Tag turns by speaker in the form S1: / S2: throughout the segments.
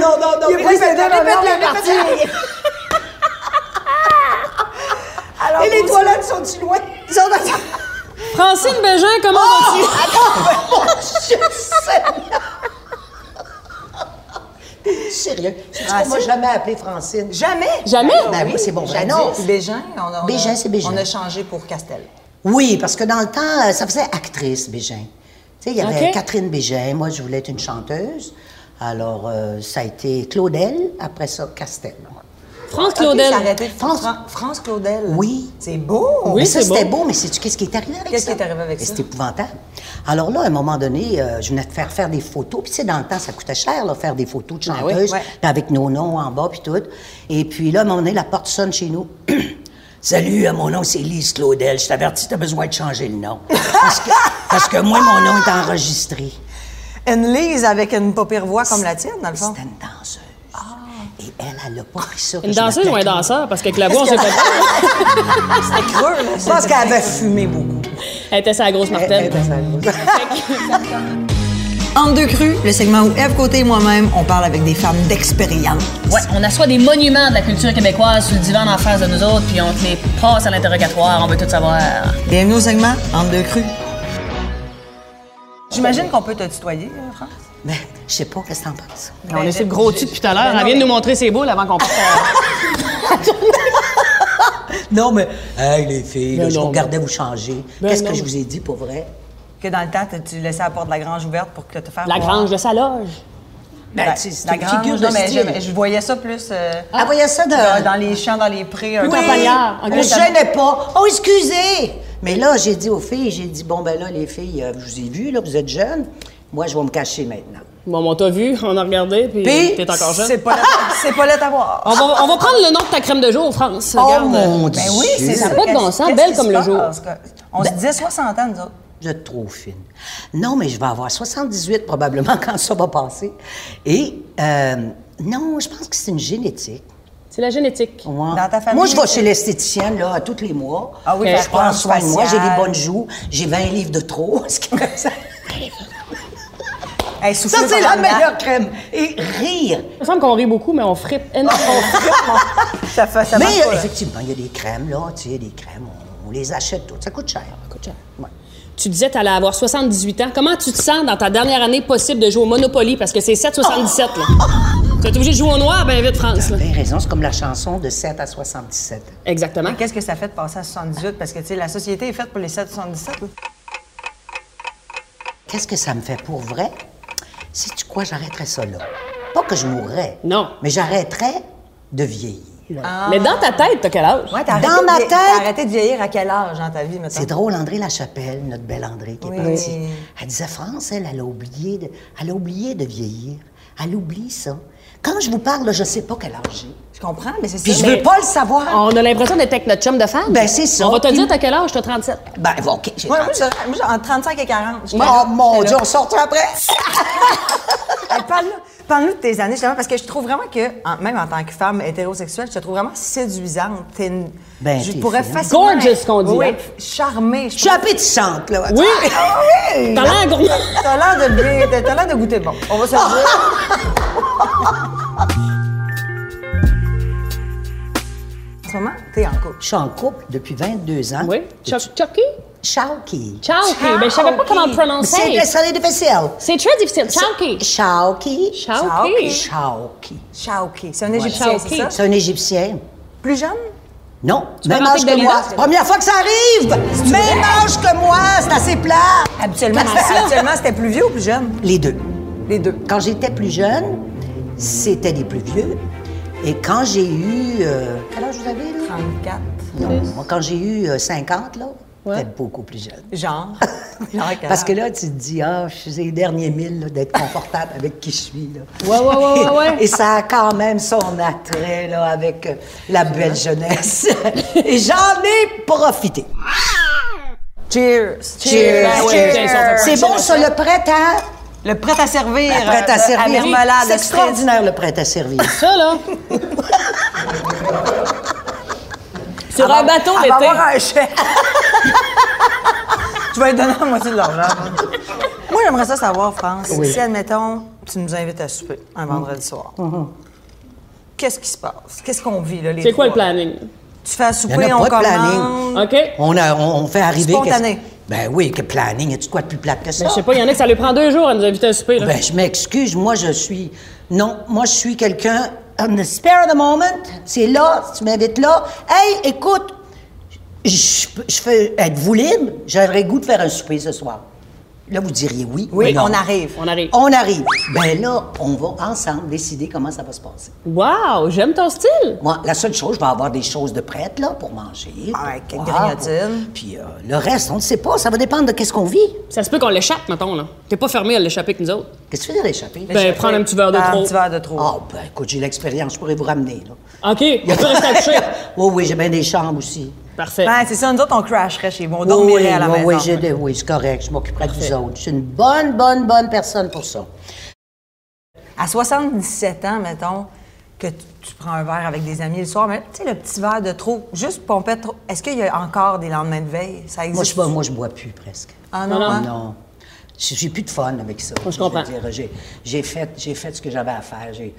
S1: non, non, non.
S2: Il est précédé
S1: répète-le,
S2: dans l'heure
S1: répète-le,
S2: de partie.
S1: répète-le.
S2: Alors,
S1: Et les
S2: bon,
S1: toilettes sont-ils loin?
S2: ils sont dans-
S1: Ah,
S3: Francine Bégin, comment vas-tu?
S1: Sérieux? C'est
S2: Ah,
S1: qu'on m'a
S2: c'est-
S1: jamais appelé Francine.
S2: Jamais.
S3: Jamais?
S1: Ben oui, c'est bon, ben
S2: Jadis,
S1: non.
S2: Bégin, on a, on a-
S1: Bégin, c'est Bégin.
S2: On a changé pour Castel.
S1: Oui, parce que dans le temps, euh, ça faisait actrice, Bégin. Tu sais, il y avait
S3: Ok.
S1: Catherine Bégin, moi, je voulais être une chanteuse. Alors, euh, ça a été Claudel, après ça, Castel.
S3: France
S2: Ok,
S3: Claudel.
S2: ça a arrêté de-
S1: France-
S2: Fran- France Claudel.
S1: Oui.
S2: C'est beau.
S1: Ah,
S3: Oui,
S1: Mais ça,
S3: c'est
S1: c'était
S3: bon.
S1: beau, mais sais-tu qu'est-ce qui est arrivé avec
S2: Qu'est-ce
S1: ça?
S2: qui est arrivé avec
S1: Mais
S2: ça?
S1: C'était épouvantable. Alors là, à un moment donné, euh, je venais de faire faire des photos. Puis, tu sais, dans le temps, ça coûtait cher, là, faire des photos de
S3: Ah oui,
S1: chanteuses,
S2: Ben ouais.
S1: puis avec nos noms en bas, puis tout. Et puis là, à un moment donné, la porte sonne chez nous. Salut, euh, mon nom, c'est Lise Claudel. Je t'avertis, t'as besoin de changer le nom. Parce que, parce que moi, mon nom est enregistré.
S2: Une Lise avec une pas pire voix comme la tienne, dans le fond.
S1: C'était une danseuse. Et elle, elle a pas pris ça. que
S3: Une
S1: je
S3: danseuse ou un
S1: m'appelais
S3: danseur? Parce qu'avec la voix, on sait pas.
S2: C'était creux, là. Je pense qu'elle avait fumé beaucoup.
S3: Elle était sa grosse
S1: Ben,
S3: martelle.
S2: Entre deux crues, le segment où Eve Côté et moi-même, on parle avec des femmes d'expérience.
S3: Ouais, on assoit des monuments de la culture québécoise sur le divan en face de nous autres, puis on te les passe à l'interrogatoire, on veut tout savoir.
S2: Bienvenue au segment Entre deux crues. J'imagine qu'on peut te tutoyer, hein, France.
S1: Ben, je sais pas, qu'est-ce que t'en penses?
S3: Ben, on est sur le gros dessus depuis tout à l'heure.
S2: Ben non,
S3: Elle vient de
S2: mais-
S3: nous montrer ses boules avant qu'on parte. à-
S1: Non, mais, hey, les filles,
S3: Ben
S1: là, je
S3: non,
S1: vous regardais vous changer.
S3: Ben
S1: Qu'est-ce
S3: non.
S1: que je vous ai dit pour vrai?
S2: Que dans le temps, tu- tu laissais la porte de la grange ouverte pour que te faire.
S3: la
S2: voir.
S3: grange de sa loge.
S1: Ben,
S2: La-
S1: tu sais, c'est
S2: la
S1: une
S2: grange,
S1: figure
S2: non,
S1: de
S2: mais
S1: style.
S2: je, je voyais ça plus. euh,
S3: Ah,
S1: Elle voyait ça de-
S2: dans- dans les champs, dans les prés. un peu.
S3: campagnard, en
S1: Je
S3: gros,
S1: ne
S3: ça-
S1: gênais pas. Oh, excusez! Mais là, j'ai dit aux filles, j'ai dit, bon, ben là, les filles, euh, je vous ai vu, là, vous êtes jeunes. Moi, je vais me cacher maintenant.
S3: Bon, bon, on t'a vu, on a regardé, puis
S1: Puis,
S3: t'es encore jeune.
S2: C'est pas là- c'est pas là t'avoir.
S3: On va, on va prendre le nom de ta crème de jour, France.
S1: Oh
S3: Regarde. euh,
S1: mon Dieu!
S2: Ben oui, c'est
S3: Ça n'a pas de bon sens,
S2: Qu'est-ce
S3: belle
S2: qui
S3: comme
S2: se
S3: le jour.
S2: passe, quoi? On se disait 60 ans, nous autres.
S1: Vous êtes trop fine. Non, mais je vais avoir 78 probablement quand ça va passer. Et euh, non, je pense que c'est une génétique.
S3: C'est la génétique.
S1: Moi,
S2: Dans ta famille,
S1: moi, je vais
S2: c'est-
S1: chez l'esthéticienne là, à tous les mois.
S2: Ah oui,
S1: Puis
S2: faire
S1: je prends
S2: planche
S1: soin de moi, j'ai des
S2: faciale.
S1: bonnes joues, j'ai 20 livres de trop. ce qui fait ça,
S2: Hey,
S1: ça,
S2: soufflez
S1: c'est la
S2: par le nap.
S1: meilleure crème. Et rire.
S3: Il me semble qu'on rit beaucoup, mais on frippe énormément.
S2: Ça fait ça
S1: Mais
S2: marche pas,
S1: euh,
S2: là.
S1: effectivement, il y a des crèmes, là, tu sais, des crèmes, on, on les achète toutes. Ça coûte cher. Ça coûte cher.
S3: tu disais que tu allais avoir 78 ans. Comment tu te sens dans ta dernière année possible de jouer au Monopoly? Parce que c'est 7,77, là. Tu vas être obligé de jouer au noir, ben vite, France, là.
S1: Ben, raison, c'est comme la chanson de 7 à 77.
S3: Exactement.
S2: Mais Qu'est-ce que ça fait de passer à 78? Parce que, tu sais, la société est faite pour les 777. là.
S1: Qu'est-ce que ça me fait pour vrai? Si tu quoi, j'arrêterais ça là. Pas que je mourrais.
S3: Non.
S1: Mais j'arrêterais de vieillir.
S3: Mais dans ta tête, t'as quel âge?
S2: Ouais, t'as arrêté
S1: Dans
S2: de
S1: ma
S2: vie-
S1: tête-
S2: T'as arrêté de vieillir à quel âge dans ta vie, maintenant?
S1: C'est drôle, André Lachapelle, notre belle André qui est
S2: Oui.
S1: partie. Elle disait France, elle, elle a oublié de, elle a oublié de vieillir. Elle oublie ça. Quand je vous parle, là, je sais pas quel âge j'ai.
S2: Je comprends, mais Ah. c'est
S1: Puis
S2: ça.
S1: je veux pas le savoir.
S3: On a l'impression d'être avec notre chum de femme.
S1: Ben, c'est ça.
S3: On va te
S1: Puis-
S3: dire, t'as quel âge? T'as 37.
S1: Ben, bon, OK, j'ai
S2: Moi, moi,
S1: 37.
S2: je- moi, j'ai entre 35 et 40. J'étais
S1: Oh
S2: là,
S1: mon
S2: j'étais
S1: Dieu,
S2: là.
S1: on sortira après?
S2: Hey, Parle-nous parle-nous de tes années, justement, parce que je trouve vraiment que, en- même en tant que femme hétérosexuelle, je te trouve vraiment séduisante. T'es une-
S1: Ben,
S2: je
S1: t'es
S2: pourrais
S1: fine.
S2: facilement...
S3: Gorgeous, qu'on dit,
S2: Oui,
S3: hein.
S2: charmée.
S1: Je suis appétissante, là.
S3: Oui!
S2: Ah oui!
S3: T'as l'air gourmand.
S2: T'as l'air de bien- t'as- t'as l'air de goûter bon. On va se le dire. en ce moment, t'es en couple.
S1: Je suis en couple depuis 22 ans.
S3: Oui. Chuck- Chucky?
S1: Chalky.
S3: Chowky. Ben, je savais pas
S2: Chowky.
S3: comment le prononcer.
S1: C'est ça, c'est difficile.
S3: C'est très difficile. Chowky.
S1: Chalky.
S3: Chowky.
S1: Chalky.
S2: Shaoki. C'est un Égyptien,
S3: Shaoki.
S2: c'est ça?
S1: C'est un Égyptien.
S2: Plus jeune?
S1: Non, même
S3: parles
S1: âge
S3: avec
S1: que
S3: des
S1: moi.
S3: lunettes.
S1: Première fois que ça arrive! Même âge que moi, c'est assez plat.
S2: Habituellement, habituellement c'était plus vieux ou plus jeune?
S1: Les deux.
S2: Les deux.
S1: Quand j'étais plus jeune, c'était les plus vieux. Et quand j'ai eu... euh, quel âge vous avez, là?
S2: 34.
S1: Non, moi, quand j'ai eu euh, 50, là, j'étais beaucoup plus jeune.
S2: Genre. Genre quel
S1: Parce
S2: âge?
S1: que là, tu te dis, ah, je suis les derniers mille là, d'être confortable avec qui je suis. Là.
S3: Ouais, ouais, ouais, ouais, ouais.
S1: Et ça a quand même son attrait là, avec euh, la belle jeunesse. Et j'en ai profité.
S2: Cheers.
S3: Cheers.
S1: Cheers.
S3: Cheers. Cheers.
S1: C'est bon, ça, le prêt à,
S2: Le prêt à servir.
S1: le prêt
S2: euh,
S1: à servir.
S2: mermelade,
S1: C'est
S2: le spritz.
S1: extraordinaire, le prêt à servir.
S3: Ça, là. Sur un bateau
S1: Ah,
S2: Elle
S1: bah
S2: va
S3: d'été.
S2: avoir un chèque.
S1: hein.
S2: Je vais lui donner la moitié de l'argent. Moi, j'aimerais ça savoir, France.
S1: Oui. Mm.
S2: Si, admettons, tu nous invites à souper un vendredi soir.
S1: Mm-hmm.
S2: Qu'est-ce qui se passe? Qu'est-ce qu'on vit, là, les
S3: C'est quoi le
S2: trois, là?
S3: planning?
S2: Tu fais à
S1: Il
S2: souper,
S1: y en a
S2: on
S1: pas de planning.
S2: commande.
S3: OK?
S1: On, a, on, on fait arriver. qu'est-ce-
S2: Spontané.
S1: Ben oui, que planning. Y a-tu de quoi de plus plate que ça?
S3: Ben, je sais pas, il y en a que ça lui prend deux jours à nous inviter à souper. Là.
S1: Ben, je m'excuse, moi, je suis. Non, moi, je suis quelqu'un. On the spare of the moment, c'est là, tu m'invites là. Hey, écoute, je, je fais. Êtes-vous libre? J'aurais le goût de faire un souper ce soir. Là, vous diriez oui.
S2: Oui,
S1: mais non.
S2: on arrive.
S3: On arrive.
S1: On arrive. Ben là, on va ensemble décider comment ça va se passer.
S3: Wow, j'aime ton style.
S1: Moi, la seule chose, je vais avoir des choses de prêtes, là, pour manger. pour
S2: Ah Ouais, quelques
S1: boire,
S2: grignotines.
S1: pour- Puis euh, le reste, on ne sait pas. Ça va dépendre de qu'est-ce qu'on vit.
S3: Ça se peut qu'on l'échappe, mettons. là. T'es pas fermé à l'échapper que nous autres.
S1: Qu'est-ce que tu veux dire, échapper?
S3: Ben, prendre un petit verre de
S2: Prendre
S3: trop.
S2: Un petit verre de trop.
S1: Ah, ben, écoute, j'ai l'expérience, je pourrais vous ramener, là.
S3: OK, on peut rester accouché.
S1: Oui, oui, j'ai bien des chambres aussi.
S3: Parfait.
S2: Ben, c'est ça, nous autres, on crasherait chez vous. On
S1: oui,
S2: dormirait
S1: oui,
S2: à la
S1: oui,
S2: maison.
S1: oui, j'ai des- oui, c'est correct, je m'occuperai de vous autres. Je suis une bonne, bonne, bonne personne pour ça.
S2: À 77 ans, mettons, que tu, tu prends un verre avec des amis le soir, mais tu sais, le petit verre de trop, juste pompé de trop, est-ce qu'il y a encore des lendemains de veille? Ça existe?
S1: Moi, je bois, moi, je bois plus, presque.
S2: Ah non,
S3: Non,
S2: hein?
S1: Non. J'ai j'ai plus de fun avec ça.
S3: je comprends.
S1: veux dire, j'ai- J'ai fait, j'ai fait ce que j'avais à faire. J'ai-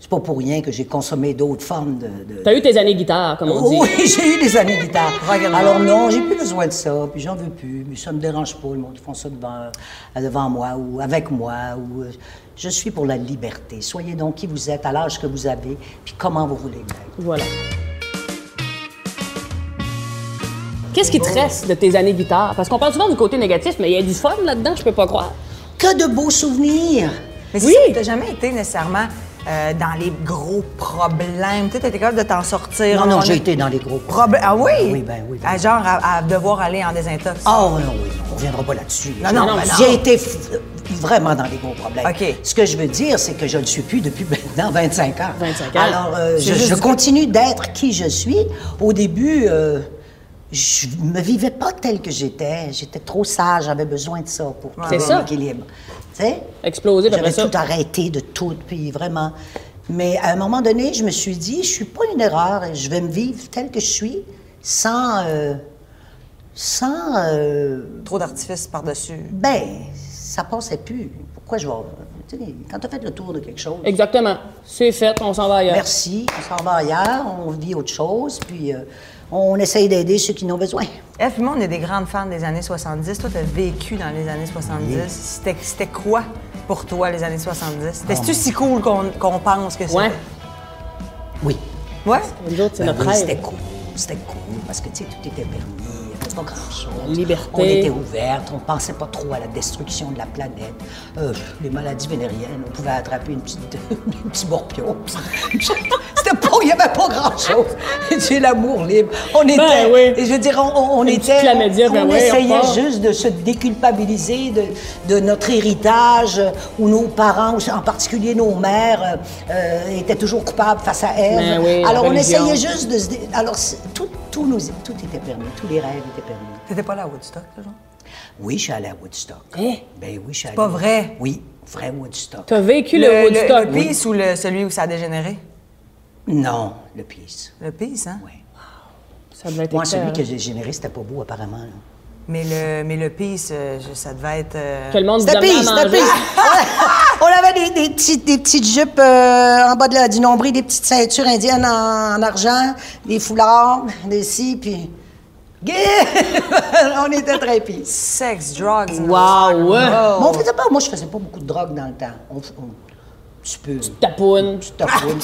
S1: C'est pas pour rien que j'ai consommé d'autres formes de- de,
S3: T'as eu tes années guitare, comme on dit.
S1: Oui, j'ai eu des années guitare.
S2: Rock and roll.
S1: Alors non, j'ai plus besoin de ça, puis j'en veux plus, mais ça me dérange pas, le monde font ça devant, euh, devant moi ou avec moi. ou euh, Je suis pour la liberté. Soyez donc qui vous êtes, à l'âge que vous avez, puis comment vous voulez l'être.
S3: Voilà. Qu'est-ce qui te reste de tes années guitare? Parce qu'on parle souvent du côté négatif, mais il y a du fun là-dedans, je peux pas croire.
S1: Que de beaux souvenirs!
S2: Mais
S3: Oui.
S2: oui. tu n'as jamais été nécessairement euh, dans les gros problèmes. Tu sais, t'as été capable de t'en sortir.
S1: Non, non,
S2: On
S1: j'ai
S2: a-
S1: été dans les gros problèmes.
S2: Problè- Ah oui?
S1: Oui, ben oui.
S2: Ah, genre à, à devoir aller en désintox.
S1: Oh non, oui, non, on reviendra pas là-dessus.
S2: Non, non, ben non.
S1: J'ai été f- vraiment dans des gros problèmes.
S2: OK.
S1: Ce que je veux dire, c'est que je ne suis plus depuis maintenant 25 ans.
S3: 25 ans.
S1: Alors, euh,
S2: C'est
S1: je,
S2: juste
S1: je
S2: du-
S1: continue d'être qui je suis. Au début, euh, je me vivais pas tel que j'étais. J'étais trop sage, j'avais besoin de ça pour
S2: C'est
S1: trouver
S3: ça.
S1: un équilibre. Tu sais?
S3: Exploser, puis après
S1: J'avais
S3: ça.
S1: tout arrêté de tout, puis vraiment. Mais à un moment donné, je me suis dit, je suis pas une erreur, et je vais me vivre tel que je suis, sans... euh, sans... euh,
S2: Trop d'artifices par-dessus.
S1: ben, ça passait plus. Pourquoi je vais... Tu sais, quand t'as fait le tour de quelque chose,
S3: Exactement. C'est fait, on s'en va ailleurs.
S1: merci, on s'en va ailleurs, on vit autre chose, puis euh, on essaye d'aider ceux qui en ont besoin.
S2: F, moi, on est des grandes fans des années 70. Toi, t'as vécu dans les années 70. C'était, c'était quoi pour toi, les années 70?
S1: Oh,
S2: C'était-tu si cool qu'on, qu'on pense que c'est?
S3: Ouais.
S1: Oui.
S2: Ouais?
S3: Nous autres, c'est
S1: Ben
S3: notre
S1: oui,
S3: rêve.
S1: c'était cool. C'était cool, parce que, tu sais, tout était permis, il n'y avait pas grand-chose.
S3: Liberté.
S1: On était ouverte, on pensait pas trop à la destruction de la planète. Euh, les maladies vénériennes, on pouvait attraper une petite, un petit morpion. c'était pas, il n'y avait pas grand-chose. J'ai l'amour libre. On était,
S3: Ben oui.
S1: et je veux dire, on- on, on
S3: Une
S1: était,
S3: petite chlamydia, ben
S1: on
S3: ouais, on
S1: essayait
S3: part.
S1: juste de se déculpabiliser de, de notre héritage, euh, où nos parents, ou en particulier nos mères, euh, euh, étaient toujours coupables face à elles.
S3: Ben oui, la
S1: Alors on
S3: religion.
S1: essayait juste de se. dé- Alors c'est- tout, tout, nous, tout était permis, tous les rêves étaient permis.
S2: T'étais pas là à Woodstock, toujours?
S1: Oui, je suis allée à Woodstock.
S3: Hein?
S1: Ben oui, je suis allée.
S2: pas vrai?
S1: Oui, vrai Woodstock.
S3: T'as vécu le, Woodstock.
S2: Le Peace ou le, celui où ça a dégénéré?
S1: Non, le Peace.
S2: Le Peace, hein?
S1: Oui.
S3: Ça devait être
S1: Moi,
S3: écœurant.
S1: celui que j'ai généré, c'était pas beau apparemment. là.
S2: Mais le, mais le Peace, euh, je- ça devait être... euh,
S3: Que le monde se
S1: C'était
S3: donnait
S1: pire,
S3: à
S1: c'était
S3: manger.
S1: pire. Ouais. On avait des, des, petites, des petites jupes euh, en bas de la, du nombril, des petites ceintures indiennes en, en argent, des foulards, des si, puis. Gay! on était très pire.
S2: Sex, drugs... and
S3: Wow, Ah, ouais.
S1: Mais on faisait pas, moi, je faisais pas beaucoup de drogue dans le temps. On, on- tu peux.
S3: Tapoune.
S1: Tu tapounes.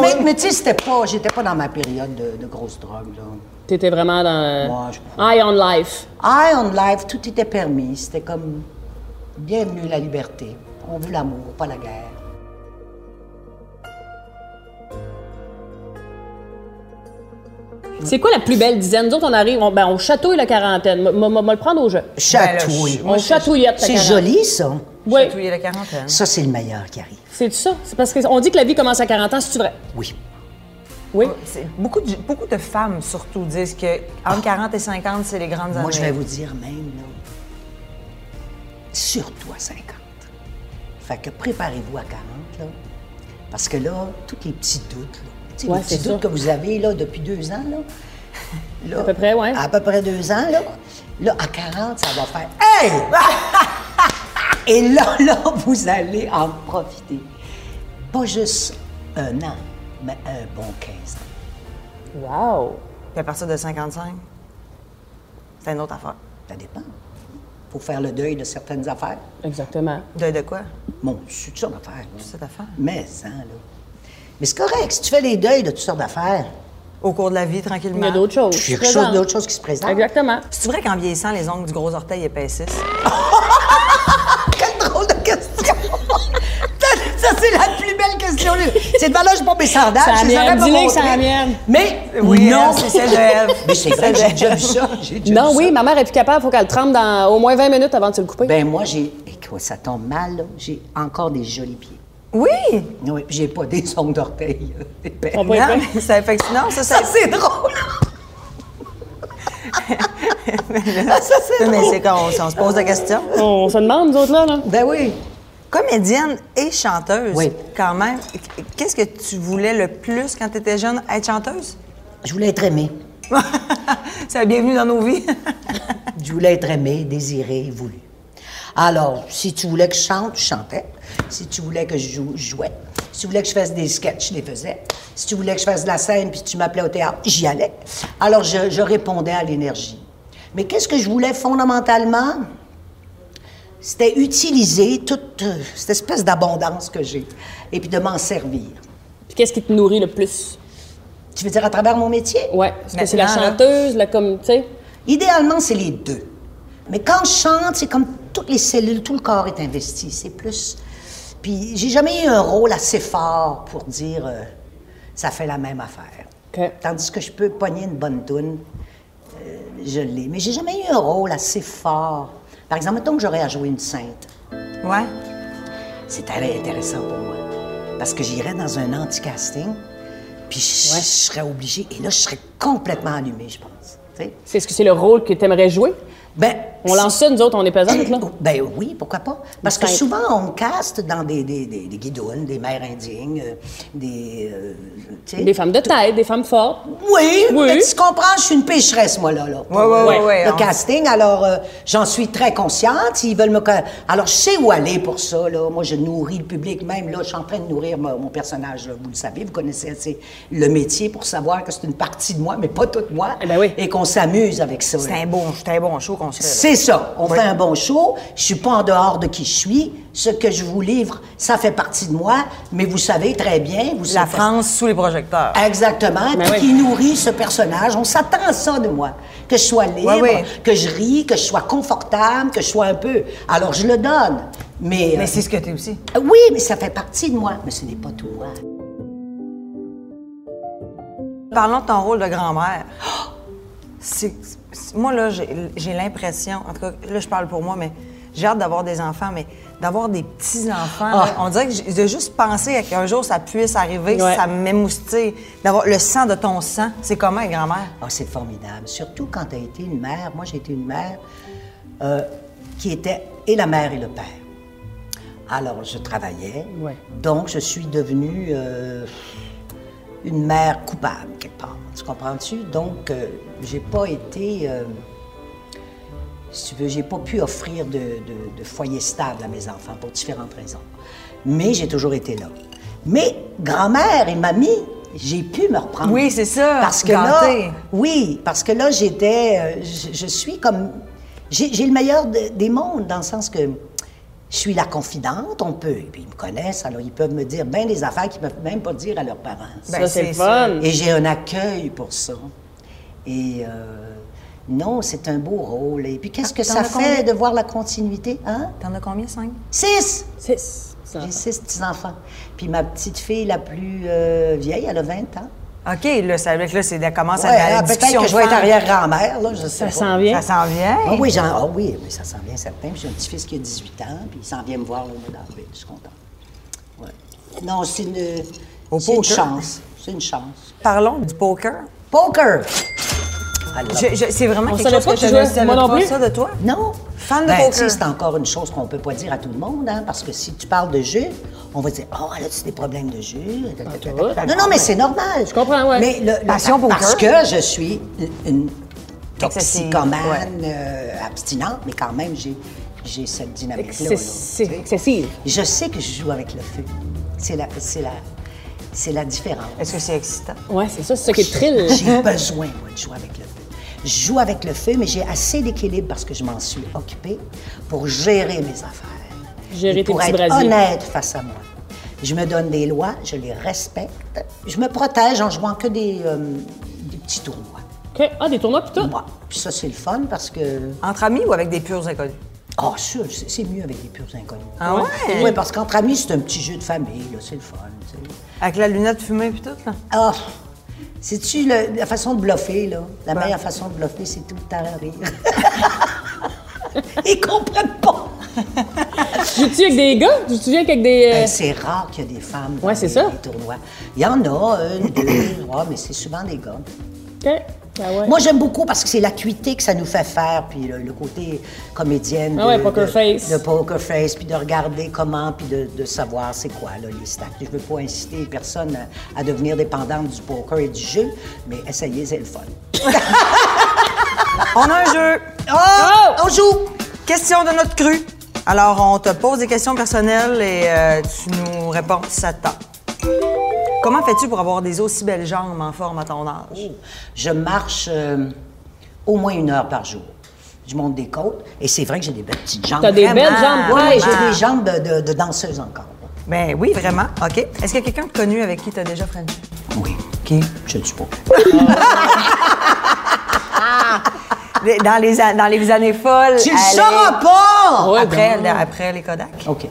S1: Mais, mais tu sais, c'était pas. J'étais pas dans ma période de, de grosse drogue, là.
S3: T'étais vraiment dans.
S1: Ouais, je
S3: Eye on life.
S1: High on life, tout était permis. C'était comme. Bienvenue la liberté. On veut l'amour, pas la guerre.
S3: C'est quoi la plus belle dizaine? Nous autres, on arrive, on, ben, on chatouille la quarantaine. Moi, moi, moi, le prendre au jeu.
S1: Chatouille.
S3: On chatouillette la
S1: C'est
S3: quarantaine.
S1: joli, ça.
S3: Oui.
S2: Chatouiller la quarantaine.
S1: Ça, c'est le meilleur qui arrive.
S3: C'est ça. C'est parce qu'on dit que la vie commence à 40 ans, c'est vrai.
S1: Oui.
S3: Oui.
S2: C'est- Beaucoup de, beaucoup de femmes, surtout, disent que entre 40 et 50, c'est les
S3: Ah
S2: grandes années.
S1: Moi, je vais vous dire même, là, surtout à 50. Fait que préparez-vous à 40, là. Parce que là, tous les petits doutes, là, tu sais,
S3: Ouais,
S1: les petits
S3: c'est
S1: doutes que
S3: ça.
S1: vous avez, là, depuis deux ans, là. là,
S3: À peu près, ouais.
S1: À peu près deux ans, là. Là, à 40, ça va faire « Hey! Et là, là, vous allez en profiter. Pas juste un an, mais un bon 15 ans.
S2: Wow! Puis à partir de 55, c'est une autre affaire.
S1: Ça dépend. Faut faire le deuil de certaines affaires.
S3: Exactement.
S2: De, de quoi?
S1: Bon, c'est toutes sortes d'affaires. là.
S2: Cette affaire.
S1: Mais, hein, là. Mais c'est correct, si tu fais les deuils de toutes sortes d'affaires,
S2: Au cours de la vie, tranquillement.
S3: Il y a d'autres choses.
S1: il y a quelque
S3: Oh, Présent.
S1: chose d'autre chose qui se présente.
S3: Exactement.
S2: C'est vrai qu'en vieillissant, les ongles du gros orteil épaississent.
S1: Quelle drôle de question! Ça, ça, c'est la plus belle question. C'est devant là, je bombe mes sandales.
S3: C'est la
S1: je les aurais
S3: mienne.
S1: pas
S3: Dis-le que
S1: montrées.
S3: c'est la mienne.
S1: Mais,
S2: Oui,
S1: non.
S2: elle, c'est celle de Ève.
S1: Mais c'est vrai, j'ai déjà vu ça. J'ai déjà
S3: Non,
S1: vu
S3: oui,
S1: ça.
S3: ma mère est plus capable. Faut qu'elle trempe dans au moins 20 minutes avant de se le couper.
S1: Ben, moi, j'ai. Écoute, ça tombe mal, là. J'ai encore des jolis pieds.
S2: Oui!
S1: Oui, puis j'ai pas des ongles d'orteil. euh, épais.
S3: On peut- Oui,
S2: Non,
S3: oui.
S2: mais ça fait que non, ça, ça,
S1: Ça, c'est drôle. ça, c'est
S2: mais
S1: drôle.
S2: c'est quand on, on se pose la question.
S3: On se demande, nous autres, là. là.
S1: Ben oui.
S2: Comédienne et chanteuse,
S1: Oui.
S2: quand même. Qu'est-ce que tu voulais le plus quand tu étais jeune, être chanteuse?
S1: Je voulais être aimée.
S2: c'est la bienvenue dans nos vies.
S1: Je voulais être aimée, désirée, voulue. Alors, si tu voulais que je chante, je chantais. Si tu voulais que je joue, je jouais. Si tu voulais que je fasse des sketchs, je les faisais. Si tu voulais que je fasse de la scène puis tu m'appelais au théâtre, j'y allais. Alors, je, je répondais à l'énergie. Mais qu'est-ce que je voulais fondamentalement? C'était utiliser toute euh, cette espèce d'abondance que j'ai et puis de m'en servir.
S3: Puis qu'est-ce qui te nourrit le plus?
S1: Tu veux dire à travers mon métier?
S3: Ouais. Est-ce que c'est la
S2: Maintenant, là.
S3: chanteuse, la comme, tu sais?
S1: Idéalement, c'est les deux. Mais quand je chante, c'est comme toutes les cellules, tout le corps est investi. C'est plus. Puis j'ai jamais eu un rôle assez fort pour dire euh, ça fait la même affaire.
S3: OK.
S1: Tandis que je peux pogner une bonne toune, euh, je l'ai. Mais j'ai jamais eu un rôle assez fort. Par exemple, mettons que j'aurais à jouer une sainte.
S2: Ouais.
S1: C'est très intéressant pour moi. Parce que j'irais dans un anti-casting, puis je, je serais obligée. Et là, je serais complètement allumée, je pense. Tu sais?
S3: C'est ce que c'est le rôle que t'aimerais jouer?
S1: Ben,
S3: On lance ça, nous autres, on est pesantes, là.
S1: Ben oui, pourquoi pas? Parce que
S3: Simple.
S1: souvent, on caste dans des, des, des, des guidounes, des mères indignes, euh, des. euh, tu sais.
S3: Des femmes de tête, des femmes fortes.
S1: Oui,
S3: Oui.
S1: mais tu comprends, je suis une pécheresse, moi, là. là pour,
S2: Ouais, ouais,
S1: euh,
S2: ouais, ouais,
S1: le
S2: on-
S1: casting, alors euh, j'en suis très consciente. Ils veulent me. con- Alors, je sais où aller pour ça, là. Moi, je nourris le public, même, là. Je suis en train de nourrir mon, mon personnage, là. Vous le savez, vous connaissez assez le métier pour savoir que c'est une partie de moi, mais pas toute moi.
S3: Eh ben oui.
S1: Et qu'on s'amuse avec ça.
S2: C'est
S1: là.
S2: un, bon, c'est un bon show qu'on se fait.
S1: C'est
S2: là.
S1: ça. On
S2: Oui.
S1: fait un bon show. Je suis pas en dehors de qui je suis. Ce que je vous livre, ça fait partie de moi. Mais vous savez très bien, vous
S2: La
S1: savez-
S2: France sous les projecteurs.
S1: Ah, Exactement.
S3: Mais
S1: Puis
S3: oui.
S1: qui nourrit ce personnage. On s'attend à ça de moi. Que je sois libre,
S2: Oui, oui.
S1: que je ris, que je sois confortable, que je sois un peu. Alors je le donne. Mais,
S2: Mais
S1: euh,
S2: c'est ce que t'es aussi.
S1: oui, mais ça fait partie de moi. Mais ce n'est pas tout hein. moi.
S2: Parlons de ton rôle de grand-mère. C'est- c'est- Moi, là, j'ai j'ai l'impression, en tout cas, là, je parle pour moi, mais j'ai hâte d'avoir des enfants, mais d'avoir des petits-enfants, là, on dirait que j'ai- de juste penser qu'un jour ça puisse arriver,
S3: Ouais.
S2: ça m'émoustille. D'avoir le sang de ton sang, c'est comment, être grand-mère?
S1: Ah, c'est formidable. Surtout quand tu as été une mère. Moi, j'ai été une mère euh, qui était et la mère et le père. Alors, je travaillais.
S3: Ouais.
S1: Donc, je suis devenue euh, une mère coupable, quelque part. Tu comprends-tu? Donc, euh, j'ai pas été. euh, si tu veux, j'ai pas pu offrir de, de- de foyer stable à mes enfants pour différentes raisons. Mais j'ai toujours été là. Mais grand-mère et mamie, j'ai pu me reprendre.
S2: Oui, c'est ça,
S1: Parce que
S2: gâtée.
S1: là, oui, parce que là, j'étais, euh, je, je suis comme, j'ai j'ai le meilleur de- des mondes dans le sens que je suis la confidente. On peut, et puis ils me connaissent, alors ils peuvent me dire ben des affaires qu'ils peuvent même pas dire à leurs parents.
S2: Ben,
S3: ça, c'est
S2: c'est
S3: le fun.
S1: Et j'ai un accueil pour ça. Et euh, non, c'est un beau rôle. Et puis qu'est-ce que
S2: Ah, T'en
S1: ça
S2: as
S1: fait
S2: combien?
S1: de voir la continuité, hein
S2: T'en as combien, cinq?
S1: Six.
S3: Six.
S2: Ah.
S3: Ça.
S1: J'ai six petits-enfants. Puis ma petite fille la plus euh, vieille, elle a 20 ans.
S2: OK, là, Ah, ça, là, c'est de commencer
S1: Ouais,
S2: à la
S1: hein, peut-être
S2: discussion
S1: que je vais
S2: de
S1: être
S2: femmes.
S1: arrière-grand-mère, là, je sais
S3: Ça
S1: pas.
S3: s'en vient.
S2: Ça s'en vient?
S1: Ah oui, j'en- ah oui, oui, ça s'en vient certain. Puis J'ai un petit-fils qui a 18 ans, puis il s'en vient me voir là, au mois d'avril. Je suis contente. Ouais. Non, c'est une,
S2: Au
S1: c'est une
S2: poker.
S1: chance. C'est une chance.
S2: Parlons du poker.
S1: Poker! Alors,
S2: Je- je- c'est vraiment
S3: On
S2: quelque
S3: savait
S2: chose
S3: pas
S2: que
S3: que tu
S2: je ne
S3: jouais.
S2: savais
S3: Moi non
S2: pas,
S3: plus.
S2: ça, de toi?
S1: Non.
S2: Fan de
S1: Ben,
S2: poker.
S1: tu sais, C'est encore une chose qu'on peut pas dire à tout le monde, hein, parce que si tu parles de jeu, on va dire Oh, là, tu des problèmes de jeu.
S3: va.
S1: Non, non, mais c'est normal. Je
S3: comprends, ouais.
S1: Mais le- le-
S2: Passion poker.
S1: Parce que je suis une
S2: Excessive,
S1: toxicomane
S2: ouais.
S1: euh, abstinente, mais quand même, j'ai. j'ai cette dynamique-là. là.
S3: Excessive. Excessive.
S1: Je sais que je joue avec le feu. C'est la, c'est la, c'est la différence.
S2: Est-ce que c'est excitant?
S3: Ouais, c'est ça, c'est ça qui est thrill.
S1: J'ai besoin, moi, de jouer avec le feu. Je joue avec le feu, mais j'ai assez d'équilibre parce que je m'en suis occupée pour gérer mes affaires.
S3: Gérer
S1: Et
S3: tes
S1: pour
S3: petits
S1: être
S3: brasiers.
S1: honnête face à moi. Je me donne des lois, je les respecte. Je me protège en jouant que des, euh, des petits tournois.
S3: OK. Ah, des tournois plutôt?
S1: Moi. Puis ça, c'est le fun parce que.
S2: Entre amis ou avec des purs inconnus?
S1: Ah, sûr, c'est c'est mieux avec des purs inconnus.
S2: Ah ouais?
S1: Oui, parce qu'entre amis, c'est un petit jeu de famille, là, c'est le fun. tu sais.
S2: Avec la lunette fumée puis tout, là?
S1: Ah! C'est-tu le- la façon de bluffer, là? La
S2: Ouais.
S1: meilleure façon de bluffer, c'est tout le temps rire. Ils comprennent pas!
S3: Joues-tu avec des gars? Joues-tu bien avec des. euh,
S1: Ben, c'est rare qu'il y a des femmes dans
S3: Ouais, c'est
S1: les-
S3: ça.
S1: les tournois. Il y en a une, deux, trois, mais c'est souvent des gars.
S3: OK. Ah ouais.
S1: Moi, j'aime beaucoup parce que c'est l'acuité que ça nous fait faire, puis le, le côté comédienne.
S3: Ah ouais, poker face.
S1: De poker face, puis de regarder comment, puis de, de savoir c'est quoi, là, les stacks. Je veux pas inciter personne à, à devenir dépendante du poker et du jeu, mais essayez, c'est le fun.
S2: On a un jeu!
S1: Oh! On joue!
S2: Question de notre cru. Alors, on te pose des questions personnelles et euh, tu nous réponds si ça te tente. Comment fais-tu pour avoir des aussi belles jambes en forme à ton âge?
S1: Je marche euh, au moins une heure par jour. Je monte des côtes, et c'est vrai que j'ai des belles petites jambes.
S3: T'as des
S2: vraiment.
S3: belles jambes.
S1: Ouais,
S3: pareil.
S1: j'ai des jambes de, de danseuse encore.
S2: Ben oui, vraiment. OK. Est-ce qu'il y a quelqu'un de connu avec qui tu as déjà frenché?
S1: Oui.
S2: Qui?
S1: Je le dis pas.
S2: Dans les, a- dans les années folles.
S1: Tu le
S2: allez.
S1: sauras pas!
S3: Ouais,
S2: après, après les Kodak.
S1: OK.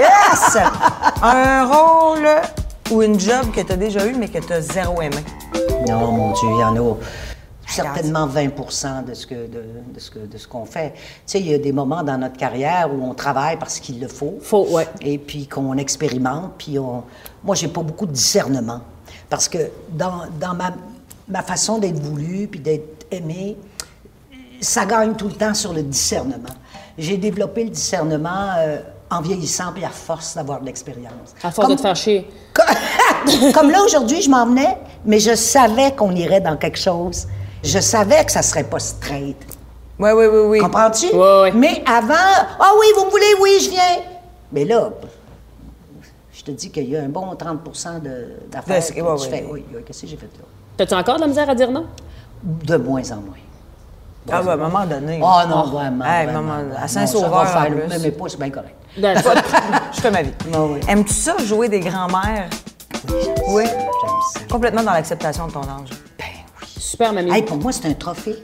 S2: Yes! Un rôle ou une job que tu as déjà eu mais que tu as zéro aimé.
S1: Non, mon Dieu, il y en a certainement 20 de ce que- de, de ce que- de ce qu'on fait. Tu sais, il y a des moments dans notre carrière où on travaille parce qu'il le faut.
S3: Faut, ouais.
S1: Et puis qu'on expérimente, puis on... Moi, j'ai pas beaucoup de discernement. Parce que dans, dans ma, ma façon d'être voulu puis d'être aimé, ça gagne tout le temps sur le discernement. J'ai développé le discernement euh, en vieillissant puis à force d'avoir de l'expérience.
S3: À force de
S1: Comme-
S3: te faire chier.
S1: comme- Comme là, aujourd'hui, je m'en venais, mais je savais qu'on irait dans quelque chose. Je savais que ça serait pas straight.
S2: Oui, oui, oui, oui.
S1: Comprends-tu?
S3: Ouais, ouais.
S1: Mais avant, ah oui, vous me voulez, oui, je viens. Mais là, je te dis qu'il y a un bon 30 de- d'affaires
S2: De-
S1: que
S2: ouais,
S1: tu
S2: ouais.
S1: fais. Oui, oui, qu'est-ce que j'ai fait là?
S3: T'as-tu encore de la misère à dire non?
S1: De moins en moins.
S2: Ah, ben, à un moment donné.
S1: Ah non, vraiment.
S2: Hey,
S1: vraiment,
S2: maman,
S1: vraiment.
S2: à
S1: Non, ça
S2: Saint-Sauveur,
S1: va
S2: en
S1: faire le-
S2: plus.
S1: Mais, mais pas, c'est bien correct.
S3: Ben,
S2: Je fais ma vie.
S1: Ah oui.
S2: Aimes-tu ça, jouer des grands-mères? Oui.
S1: J'aime ça.
S2: Complètement dans l'acceptation de ton âge.
S3: Super, mamie.
S1: Hey, pour moi, c'est un trophée.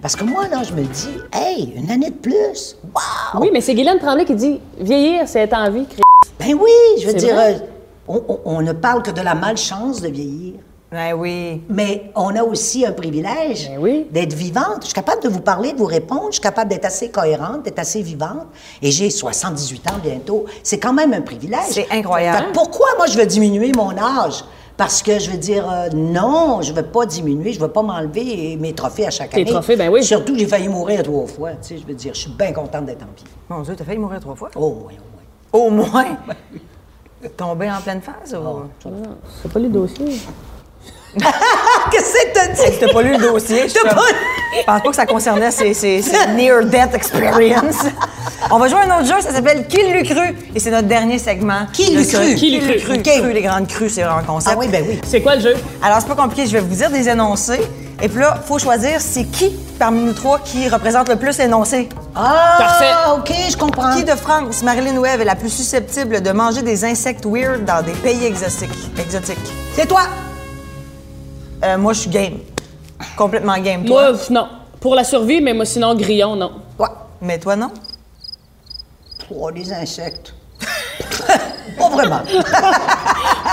S1: Parce que moi, là, je me dis, hey, une année de plus. Wow!
S3: Oui, mais c'est Guylaine Tremblay qui dit vieillir, c'est être en vie. Christ.
S1: Ben oui, je veux
S3: C'est
S1: dire,
S3: vrai.
S1: euh, on, on- on ne parle que de la malchance de vieillir,
S2: Ben oui.
S1: mais on a aussi un privilège
S3: Ben oui.
S1: d'être vivante. Je suis capable de vous parler, de vous répondre, je suis capable d'être assez cohérente, d'être assez vivante, et j'ai 78 ans bientôt. C'est quand même un privilège.
S2: C'est incroyable.
S1: Fait que pourquoi moi je veux diminuer mon âge? Parce que je veux dire, euh, non, je veux pas diminuer, je veux pas m'enlever mes trophées à chaque
S3: Tes
S1: année.
S3: trophées, ben oui.
S1: Surtout que j'ai failli mourir trois fois, tu sais, je veux dire, je suis bien contente d'être en vie.
S2: Mon Dieu, t'as failli mourir trois fois.
S1: Oh, oui, oh, oui.
S2: Au moins.
S1: Ben
S2: Tombé en pleine phase ou...
S1: Ah.
S3: C'est pas les dossiers.
S1: Qu'est-ce que t'as dit?
S2: T'as pas lu le dossier? Je
S1: T'as
S2: suis
S1: pas-
S2: Je pense pas que ça concernait ces, ces- ces near-death experience. On va jouer à un autre jeu, ça s'appelle Qui l'eût cru? Et c'est notre dernier segment.
S1: Qui l'eût
S2: Le seul-
S1: cru?
S2: Qui
S3: Qui l'eût
S2: l'eût cru?
S1: cru?
S2: Cru, Les grandes crues, c'est vraiment un concept.
S1: Ah oui, ben oui.
S3: C'est quoi le jeu?
S2: Alors, c'est pas compliqué, je vais vous dire des énoncés. Et puis là, faut choisir c'est qui parmi nous trois qui représente le plus l'énoncé.
S1: Ah,
S3: Parfait.
S1: OK, je comprends.
S2: Qui de France, Marilyn ou Ève, est la plus susceptible de manger des insectes weird dans des pays exotiques? exotiques?
S1: C'est toi.
S2: Euh, moi, je suis game. Complètement game. Toi?
S3: Moi, pff, non. Pour la survie, mais moi, sinon, grillon, non.
S1: Toi.
S2: Mais toi, non?
S1: Oh, les insectes. pas Oh, vraiment.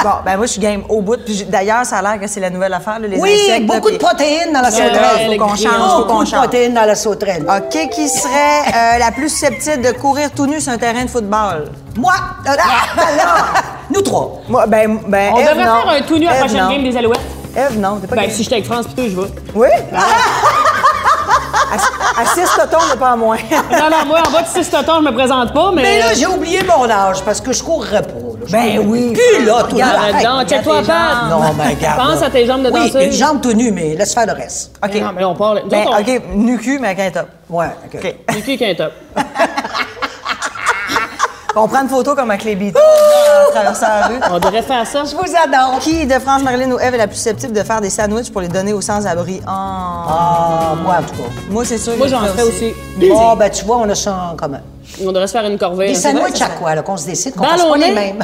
S2: Bon, ben moi, je suis game au bout. Puis j'ai- d'ailleurs, ça a l'air que c'est la nouvelle affaire, là, les
S1: oui,
S2: insectes. là,
S1: beaucoup de
S2: puis-
S1: protéines dans la
S2: Faut
S1: sauterelle.
S3: Ouais,
S2: qu'on
S3: les
S2: change,
S3: grilles.
S2: faut qu'on
S1: beaucoup de
S2: change.
S1: protéines dans la sauterelle.
S2: OK, qui serait euh, la plus susceptible de courir tout nu sur un terrain de football? ben
S1: Moi, euh, ah, non, nous trois.
S2: Moi, ben, ben
S3: On
S2: Ève,
S3: devrait
S2: non.
S3: faire un tout nu à
S2: Ève,
S3: la prochaine
S2: non.
S3: game des Alouettes.
S2: Ève, non, t'es pas
S3: Ben,
S2: game.
S3: si j'étais avec France, plutôt, je Ben, vais.
S2: Oui? À- À 6 totons, mais pas à moins.
S3: Non, non, moi, en bas de 6 totons, je me présente pas, mais.
S1: Mais là, j'ai oublié mon âge parce que je courrais pas. là. Je
S2: Ben
S1: courrais
S2: oui.
S1: Plus là, tout
S3: Regarde
S1: là.
S3: là-dedans,
S1: Hey,
S3: check-toi,
S2: tes jambes.
S3: Pat.
S1: Non, mais regarde.
S3: Pense
S1: là.
S3: à tes jambes de
S1: Oui,
S3: danseuse.
S1: une jambe tout nue, mais laisse faire le reste.
S2: OK.
S3: Non, mais on parle.
S2: Ben,
S3: Nous autres, on-
S2: OK, nu cul, mais avec un top. Ouais, OK.
S3: OK. Du cul qu'un top.
S2: On prend une photo comme avec les Beatles là, en traversant la rue.
S3: On devrait faire ça.
S2: Je vous adore. Qui de France, Marilyn ou Eve est la plus susceptible de faire des sandwichs pour les donner aux sans-abri? Ah.
S1: Ah, moi, en tout cas.
S2: Moi, c'est sûr.
S3: Moi,
S2: que
S3: j'en
S2: je
S3: ferais aussi.
S1: Ah, ben, tu vois, on a ça en commun.
S3: On devrait se faire une corvée.
S1: Des
S3: hein.
S1: sandwichs à quoi, là, qu'on se décide, qu'on fasse pas les
S3: Ballonné.
S1: mêmes.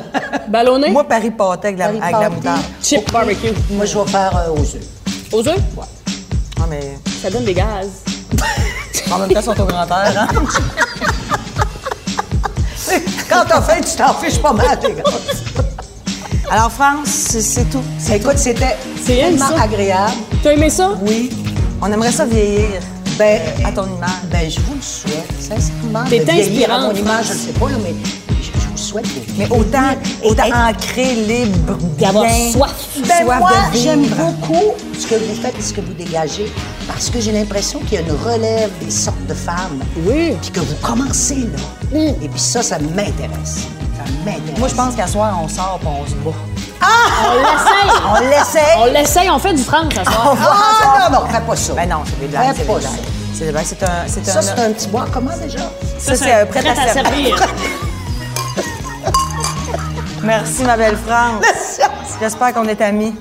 S3: Ballonné.
S2: Moi, Paris pâté avec la,
S1: Paris
S2: avec la
S1: pâté.
S2: moutarde.
S3: Chip barbecue.
S1: Moi, je vais faire euh, aux œufs.
S3: Aux œufs?
S2: Ah, mais
S3: Ça donne des gaz.
S2: en même temps, ils sont au grand air, hein?
S1: Quand Ah, t'as faim, tu t'en fiches pas mal, les gars.
S2: Alors, France, c'est- c'est tout.
S1: Écoute, c'était
S3: C'est elle,
S1: tellement
S3: ça?
S1: agréable.
S3: T'as aimé ça?
S1: Oui.
S2: On aimerait ça vieillir.
S1: Ben,
S2: à ton image.
S1: Ben, je vous le souhaite, sincèrement.
S3: T'es
S1: de vieillir à
S3: inspirante,
S1: mon image, je ne sais pas, là, mais je, je vous souhaite. de-
S2: Mais autant, autant
S1: Et-
S2: ancré, libre, bien.
S3: D'avoir soif.
S1: Ben,
S2: soif
S1: moi,
S2: de
S1: j'aime
S2: vivre.
S1: beaucoup ce que vous faites et ce que vous dégagez parce que j'ai l'impression qu'il y a une relève des sortes de femmes.
S3: Oui.
S1: Puis que vous commencez, là.
S3: Mm.
S1: Et puis ça, ça m'intéresse. Ça m'intéresse.
S2: Moi, je pense qu'à soir, on sort et on se bat.
S3: On l'essaye.
S1: On l'essaye.
S3: On l'essaye. On fait du France ce soir.
S1: Ah, non, non, fais pas ça.
S2: Ben non, c'est des blagues,
S1: Fais
S2: c'est des
S1: pas
S2: blagues.
S1: ça.
S2: C'est des blagues, c'est un... c'est
S1: Ça, c'est un petit bois. Comment déjà?
S2: Ça, c'est un prêt à servir. Merci, ma belle France. J'espère qu'on est amis.